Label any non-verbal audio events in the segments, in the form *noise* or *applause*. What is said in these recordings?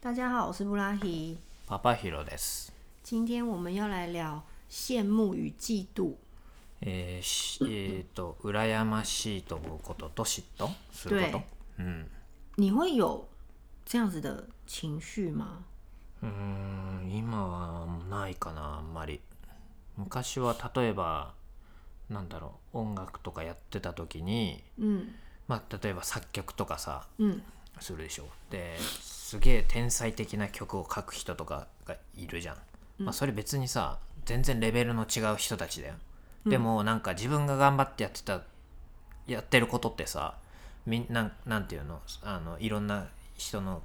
大家好，我是布拉希。パパヒロです。今天我们要来聊羡慕与嫉妒。えーしえーと羨ましいと思うことと嫉妬すること对。，你会有这样子的情绪吗？うーん今はないかなあんまり。昔は例えばなんだろう音楽とかやってた時に、嗯まあ、例えば作曲とかさ嗯するでしょ。ですげえ天才的な曲を書く人とかがいるじゃん。まあ、それ別にさ全然レベルの違う人たちだよ。でもなんか自分が頑張ってやってたやってることってさみんなんなんていうのあのいろんな人の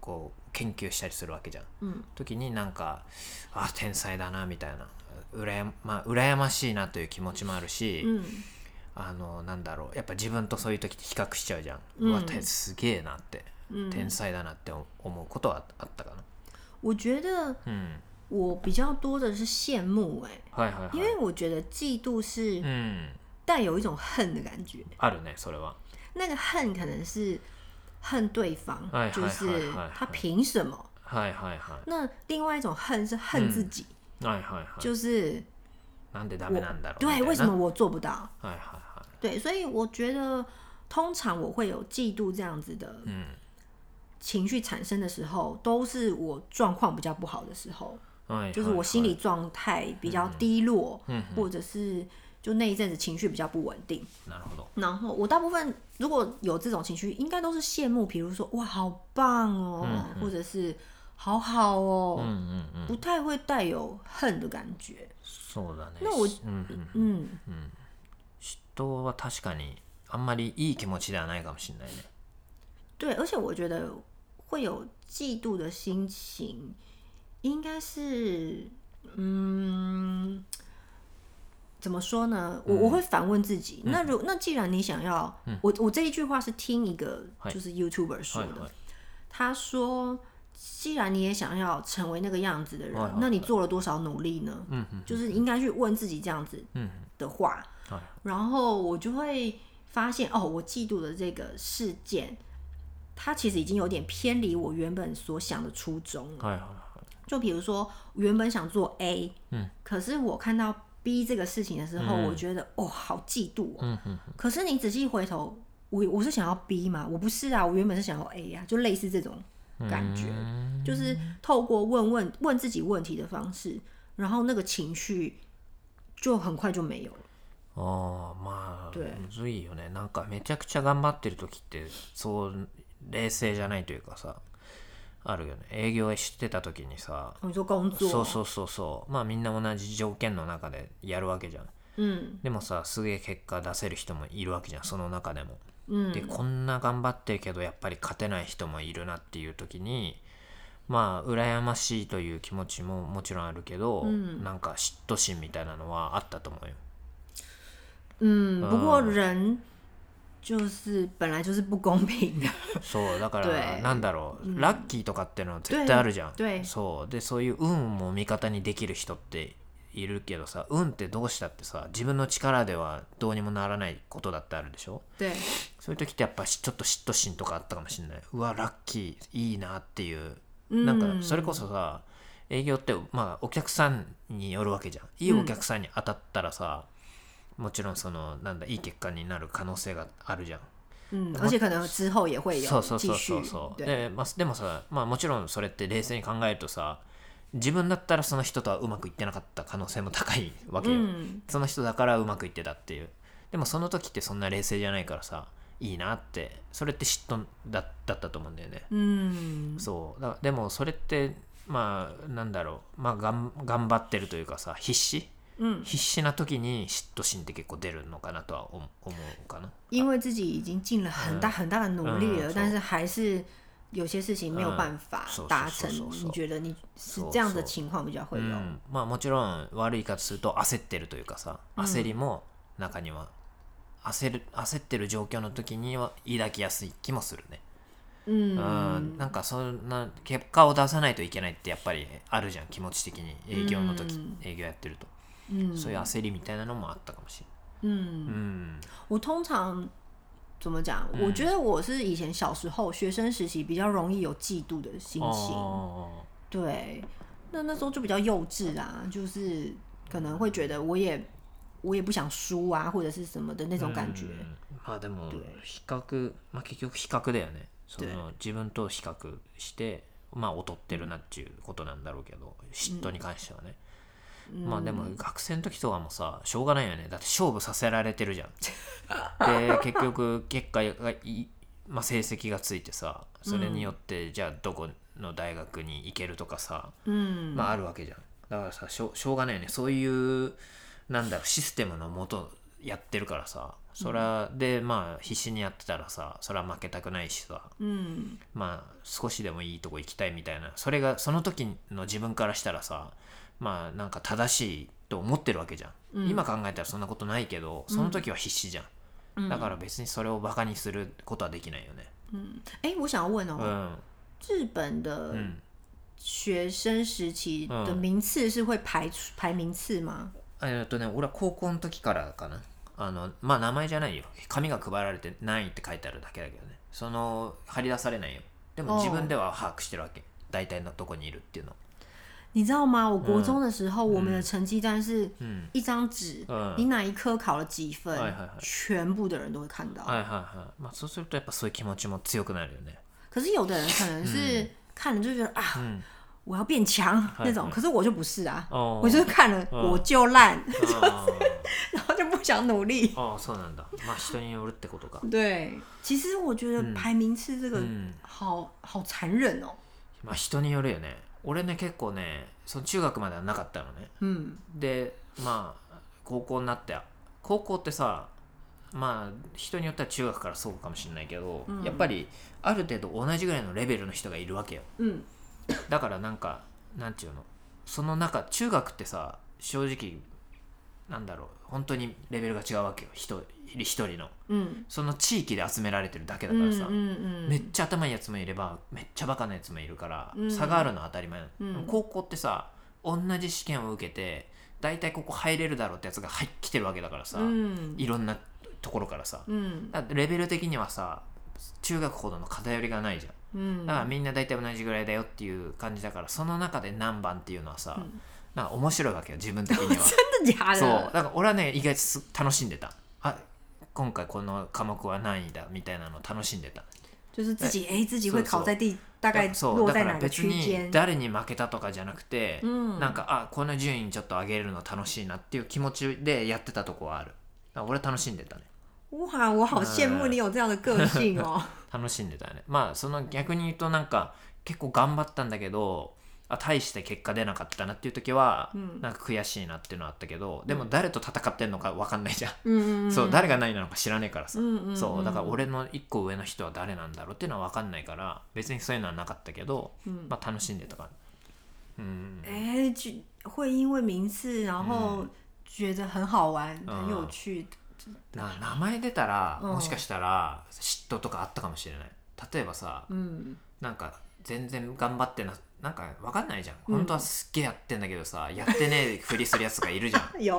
こう研究したりするわけじゃん。嗯時になんかあ天才だなみたいな羨,、まあ、羨ましいなという気持ちもあるし。嗯あのなんだろうやっぱ自分とそういう時って比較しちゃうじゃん、ううんわてすげえなって、嗯，天才だなって思うことはあったかな我觉得うん我比较多的是羡慕、哎，はいはいはい因为我觉得嫉妒是うん带有一种恨的感觉，あるねそれは那个恨可能是恨对方哎，就嗨是嗨嗨他嗨凭什么？はいはいは那另外一种恨是恨自己，いはいはいはい就是なんでダ我メなんだろう对みたいな为什么我做不到？はいはいはい对，所以我觉得通常我会有嫉妒这样子的嗯情绪产生的时候，都是我状况比较不好的时候，はいはい就是我心理状态比较低落，或者是就那一阵子情绪比较不稳定。なるほど然后我大部分如果有这种情绪，应该都是羡慕，比如说哇好棒哦，或者是好好哦，うんうんうん不太会带有恨的感觉。そうだね那我うんうん嗯，嫉妬は確かにあんまりいい気持ちではないかもしれないね对，而且我觉得会有嫉妒的心情，应该是，嗯，怎么说呢？我我会反问自己，那如那既然你想要，我我这一句话是听一个嗨就是 YouTuber 说はい的，はい他说。既然你也想要成为那个样子的人，嗨嗨那你做了多少努力呢？哦嗯嗯就是应该去问自己这样子嗯的话，嗨然后我就会发现哦，我嫉妒的这个事件，它其实已经有点偏离我原本所想的初衷了。はいはいはい就比如说，我原本想做 A，嗯，可是我看到 B 这个事情的时候，我觉得哦，好嫉妒哦。うんうん可是你仔细回头，我我是想要 B 嘛？我不是啊，我原本是想要 A 啊，就类似这种感觉，就是透过问问问自己问题的方式，然后那个情绪就很快就没有了。ああまあ对むずいよねなんかめちゃくちゃ頑張ってる時ってそう冷静じゃないというかさあるよね営業してた時にさ哦你说工作，そうそうそうそうまあみんな同じ条件の中でやるわけじゃん嗯でもさすげえ結果出せる人もいるわけじゃんその中でも嗯でこんな頑張ってるけどやっぱり勝てない人もいるなっていう時にまあ羨ましいという気持ちももちろんあるけど、なんか嫉妬心みたいなのはあったと思うよ嗯。不过人就是本来就是不公平的， *laughs* そうだか对らなんだろう、ラッキーとかってのは絶対あるじゃん对对そうでそういう運も味方にできる人っているけどさ運ってどうしたってさ自分の力ではどうにもならないことだってあるでしょ对そういう時ってやっぱしちょっと嫉妬心とかあったかもしれないうわラッキーいいなっていうなん嗯かそれこそさ営業ってまあお客さんによるわけじゃんいいお客さんに当たったらさ、もちろんそのなんだいい結果になる可能性があるじゃん嗯，而且可能之后也会そ有うそう继そう续そうそう对，で,、まあ、でもさ、まあ、もちろんそれって冷静に考えるとさ自分だったらその人とはうまくいってなかった可能性も高いわけよ、嗯その人だからうまくいってたっていうでもその時ってそんな冷静じゃないからさいいなってそれって嫉妬だだったと思うんだよね、嗯そうだでもそれってまあなんだろうまあがん頑張ってるというかさ必死嗯，必死な時に嫉妬心って結構出るのかなとは思思うかな因为自己已经尽了很大很大的努力了，嗯但是还是有些事情没有嗯办法是是达是成是。是你觉得你是是这样的是情况比较会う有？ん、まあもちろん悪い言い方すると焦ってるというかさ焦りも中には焦る焦ってる状況の時には抱きやすい気もするね、うん嗯，なんかそんな結果を出さないといけないってやっぱりあるじゃん気持ち的に営業の時、うん営業やってると、嗯そういう焦りみたいなのもあったかもしれ嗯ない、うん、我通常怎么讲？嗯我觉得我是以前小时候学生时期比较容易有嫉妒的心情，哦对，那那时候就比较幼稚啊，就是可能会觉得我也我也不想输啊，或者是什么的那种感觉。うんまあでも比較、まあ、結局比較だよねその自分と比較してまあ劣ってるなっていうことなんだろうけど嫉妬に関してはね、まあでも学生の時とかもさしょうがないよねだって勝負させられてるじ *laughs* ゃんで結局結果がいい、まあ、成績がついてさそれによってじゃあどこの大学に行けるとかさ、うん、まああるわけじゃんだからさしょうしょうがないよねそういうなんだろうシステムのもとやってるからさそれは、でまあ必死にやってたらさそれは負けたくないしさうん、まあ少しでもいいとこ行きたいみたいなそれがその時の自分からしたらさまあなんか正しいと思ってるわけじゃん、今考えたらそんなことないけどその時は必死じゃん、だから別にそれをバカにすることはできないよね哎、我想问哦、うん、日本的ん学生时期的嗯名次是会排出排名次吗？えっとね、俺は高校の時からかな。あの、まあ名前じゃないよ。紙が配られてないって書いてあるだけだけどね。その、張り出されないよ。でもおう自分では把握してるわけ。大体のどこにいるっていうの。你知道吗？我国中的时候，我们的成绩单是嗯一张纸，嗯你哪一科考了几分，哎哎啊哎全部的人都会看到。はいはいはい。まあそうするとやっぱそういう気持ちも強くなるよね。可是有的人可能嗯是看了就觉得、啊，我要变强那种，可是我就不是啊，哦我就是看了、我就烂， *laughs* あ然后就不想努力。あ、ああそうなんだ。まあ人によるってことか。对，其实我觉得排名次这个嗯好、好残忍哦。まあ人によるよね。俺ね結構ね、その中学まではなかったのね。嗯でまあ高校になって高校ってさまあ人によっては中学からそうかもしれないけど、やっぱりある程度同じぐらいのレベルの人がいるわけよ嗯だからなんかなんていうのその中中学ってさ正直なんだろう本当にレベルが違うわけよ一人一人の嗯その地域で集められてるだけだから嗯さ、嗯嗯，めっちゃ頭いいやつもいればめっちゃバカなやつもいるから、うん差があるのは当たり前なの、うん高校ってさ同じ試験を受けて大体ここ入れるだろうってやつが入ってきてるわけだからさ、嗯いろんなところからさ、嗯だってレベル的にはさ中学ほどの偏りがないじゃん嗯だからみんな大体同じぐらいだよっていう感じだからその中で何番っていうのはさ、うんなんか面白いわけよ自分 *laughs* 的には真的假そうだ的？から俺はね意外とす楽しんでたあ今回この科目は何位だみたいなのを楽しんでた就是自己哎，自己そう会そう考在第大概そう落だか在哪ら个別区に间？誰に負けたとかじゃなくて、うんなんかあこの順位ちょっと上げるの楽しいなっていう気持ちでやってたとこはあるあ俺楽しんでたね哇，我好羡慕你有这样的个性哦。楽しんでたねまあその逆に言うとなんか結構頑張ったんだけどあ大して結果出なかったなっていう時は、うんなんか悔しいなっていうのはあったけどでも誰と戦ってんのか分かんないじゃん、嗯，そう誰が何位なのか知らねえからさ、嗯嗯，そうだから嗯俺の一個上の人は誰なんだろうっていうのは分かんないから別にそういうのはなかったけど、うんまあ楽しんでたからうん哎，就会因为名次，然后觉得很好玩、很有趣。な名前出たらうんもしかしたら嫉妬とかあったかもしれない例えばさ嗯なんか全然頑張ってななんか分かんないじゃん本当はすっげえやってんだけどさ、やってねえふりするやつがいるじ *laughs* ゃん有，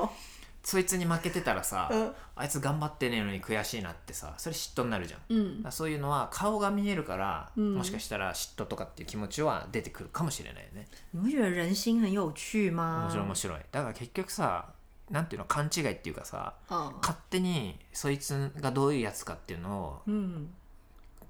そいつに負けてたらさ、うんあいつ頑張ってねえのに悔しいなってさそれ嫉妬になるじゃんだ嗯からそういうのは顔が見えるから、うんもしかしたら嫉妬とかっていう気持ちは出てくるかもしれないよね你不觉得人心很有趣吗？面白い面白いだから結局さなんていうの勘違いっていうかさ嗯勝手にそいつがどういうやつかっていうのを嗯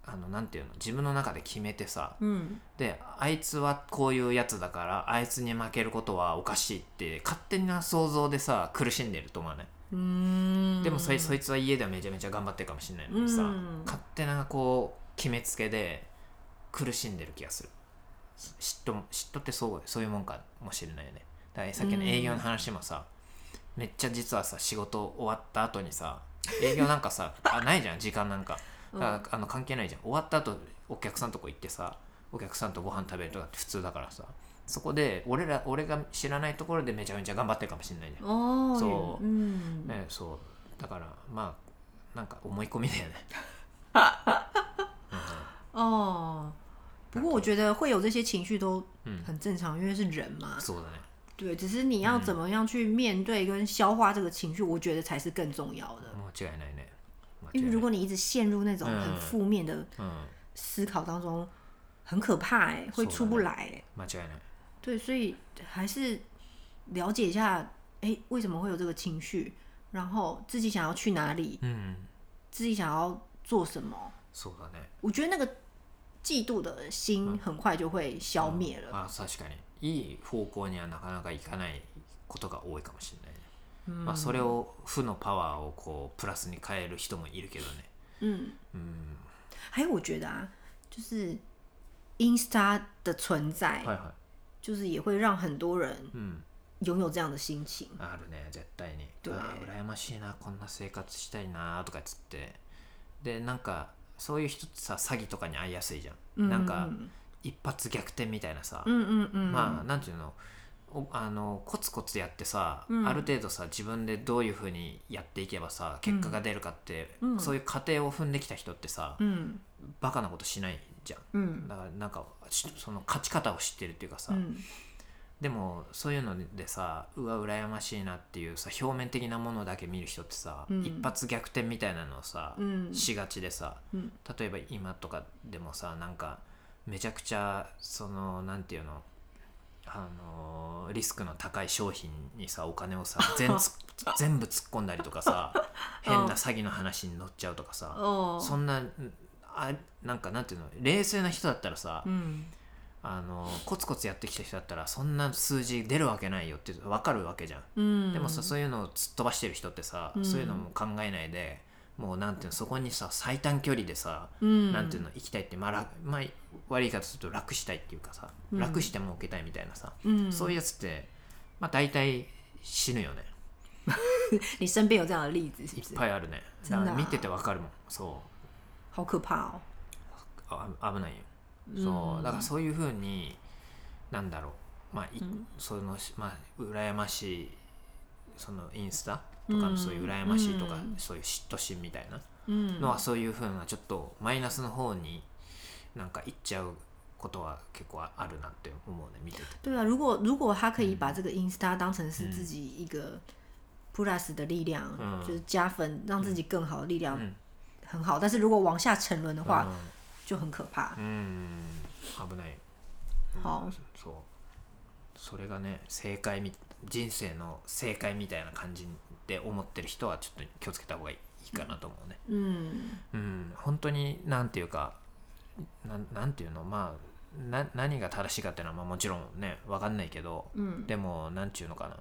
あのなんていうの自分の中で決めてさ嗯であいつはこういうやつだからあいつに負けることはおかしいって勝手な想像でさ苦しんでると思わない嗯，でもそいそいつは家ではめちゃめちゃ頑張ってるかもしれないのにさ、うん勝手なこう決めつけで苦しんでる気がするし嫉妬も嫉妬ってそうそういうもんかもしれないよねだからさっきの営業の話もさ、めっちゃ実はさ仕事終わった後にさ営業なんかさあないじゃん時間なんかだから、あの関係ないじゃん終わった後お客さんとこ行ってさお客さんとご飯食べるとかって普通だからさそこで俺ら俺が知らないところでめちゃめちゃ頑張ってるかもしれないじゃん哦，そう嗯，ね、そうだからまあなんか思い込みだよ *laughs* ね哦，不过我觉得会有这些情绪都嗯很正常，因为是人嘛。そうだね对，只是你要怎么样去面对跟消化这个情绪，我觉得才是更重要的。間違いないね間因为違い如ない果你一直陷入那种嗯很负面的嗯思考当中，很可怕哎、会出不来哎、間違いない对，所以还是了解一下，哎、为什么会有这个情绪，然后自己想要去哪里，うん自己想要做什么。そうだね我觉得那个嫉妒的心很快就会消灭了。あ確かにいい方向にはなかなかいかないことが多いかもしれないね、まあ、それを負のパワーをこうプラスに変える人もいるけどね嗯还有我觉得啊，就是 Insta 的存在，はいは就是也会让很多人いうん拥有这样的心情。あるね絶対にどれあー羨ましいなこんな生活したいなとかっつってでなんかそういう人ってさ詐欺とかに遭いやすいじゃん、なんか一発逆転みたいなさ、嗯嗯嗯，まあなんていうのおあのコツコツやってさ、ある程度さ自分でどういうふうにやっていけばさ結果が出るかって、そういう過程を踏んできた人ってさ、嗯バカなことしないじゃん、嗯だからなんかしその勝ち方を知ってるっていうかさ、嗯でもそういうのでさうわ羨ましいなっていうさ表面的なものだけ見る人ってさ、うん一発逆転みたいなのをさ、うんしがちでさ、うん例えば今とかでもさなんかめちゃくちゃそのなんていうのあのーリスクの高い商品にさお金を *laughs* さ全つ全部突っ込んだりとかさ変な詐欺の話に乗っちゃうとかさ、哦，そんなんあなんかなんていうの冷静な人だったらさ、嗯あのコツコツやってきた人だったらそんな数字出るわけないよって分かるわけじゃん、嗯，でもさそういうのを突っ飛ばしてる人ってさ、うんそういうのも考えないでもうなんていうのそこにさ最短距離でさ、嗯，なんていうの行きたいって、まあ楽まあ、悪い言い方すると楽したいっていうかさ、うん楽して儲けたいみたいなさ、嗯，そういうやつって、まあ、大体死ぬよね你身边有这样的例子是い不っ是？ぱいあるね真だ的かあら見てて分かるもんそう好可怕哦。あ危ないよ、そうだからそういうふうになんだろうまあ、いそのまあ羨ましいそのインスタとかうんのそういう羨ましいとか、うんそういう嫉妬心みたいな嗯のはそういうふうなちょっとマイナスの方になんかいっちゃうことは結構あるなって思うね見てて对啊，如果如果他可嗯以把这个 Insta 当成是自己一个 plus 的力量，嗯就是加分，让自己更好的力量，嗯很好。但是如果往下沉沦的话，う就很可怕。ん、うん危ない嗯好，そうそれがね正解み人生の正解みたいな感じで思ってる人はちょっと気をつけた方がいいかなと思うね嗯うん本当になんていうかなんなんていうのまあな何が正しいかっていうのは、まあ、もちろんね分かんないけど、嗯でもなんていうのかな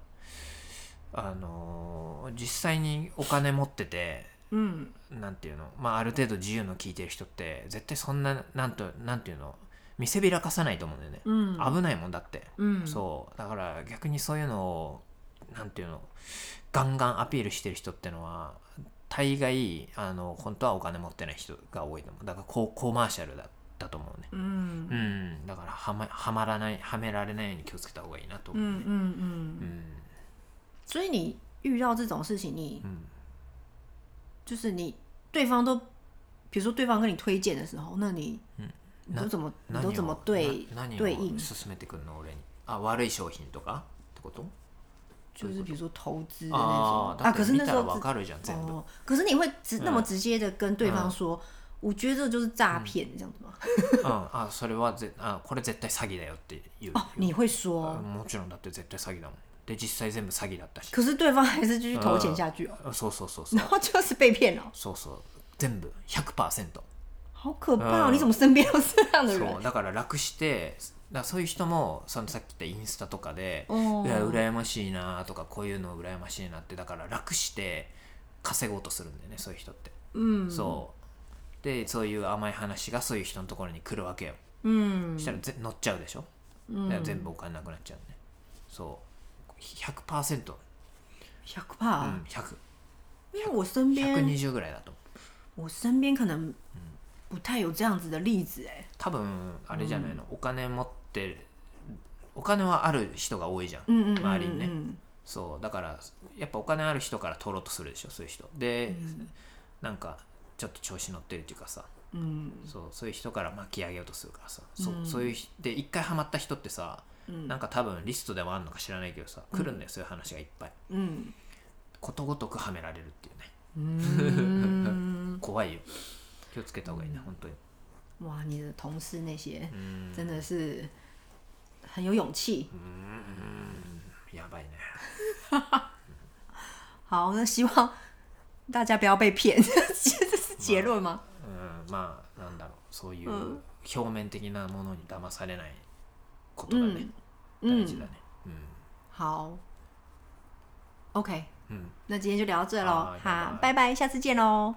あのー実際にお金持ってて嗯なんていうのまあある程度自由の利いてる人って絶対そんななんとなんていうの見せびらかさないと思うんだよね、嗯危ないもんだって、嗯，そうだから逆にそういうのをなんていうのガンガンアピールしてる人ってのは大概あの本当はお金持ってない人が多いと思うだからココマーシャルだだと思うね嗯う。んだからはまはまらないはめられないように気をつけた方がいいなと思う、嗯嗯嗯，うん所以你遇到这种事情，你、嗯就是你对方都，比如说对方跟你推荐的时候，那你、你嗯那都怎么你何都を怎么对な何を对应？勧めてくるの俺にあ悪い商品とかってこと就是比如说投资的あ那种啊，あだっ可て是見那时た候らわ只かるじゃん全部、哦，可是你会直那么直接的跟对方说，我觉得这就是诈骗，这样子吗？うん、あそれはぜあこれ絶対詐欺だよっていう、哦，你会说，もちろんだって絶対詐欺だもんで実際全部詐欺だったし可是对方还是继续投嗯钱下去哦，あそうそうそうそう然后就是被骗了，そうそう全部100%好可怕哦！嗯你怎么身边都是这样的そ人？うだから楽してだからそういう人もそのさっき言ったインスタとかで「おーいや羨ましいな」とかこういうの羨ましいなってだから楽して稼ごうとするんだよねそういう人って、嗯そうでそういう甘い話がそういう人のところに来るわけよ嗯そしたらぜ乗っちゃうでしょ、だから全部お金なくなっちゃうねそう100%、小怕う哦，ん、100因为我身边120ぐらいだと思う我身边可能不太有这样子的例子哎，多分あれじゃないの、お金持ってるお金はある人が多いじゃん、嗯嗯周り嗯にね、嗯そうだからやっぱお金ある人から取ろうとするでしょそういう人嗯で、なんかちょっと調子乗ってるっていうかさ嗯そうそういう人から巻き上げようとするからさ、そうそういうひで一回ハマった人ってさ、嗯なんか多分リストでもあるのか知らないけどさ来るんだよ、そういう話がいっぱい嗯ことごとくはめられるっていうね嗯。 *laughs* 怖いよ気をつけた方がいいね、本当に哇，你的同事那些、嗯真的是很有勇气。やばいね好，那希望大家不要被骗， *laughs* 这是结论吗？うんまあなんだろうそういう表面的なものに騙されないことがね、大事だね、う嗯ん好，OK，嗯，那今天就聊到这好喽嗯好，好拜拜拜，拜，下次见喽。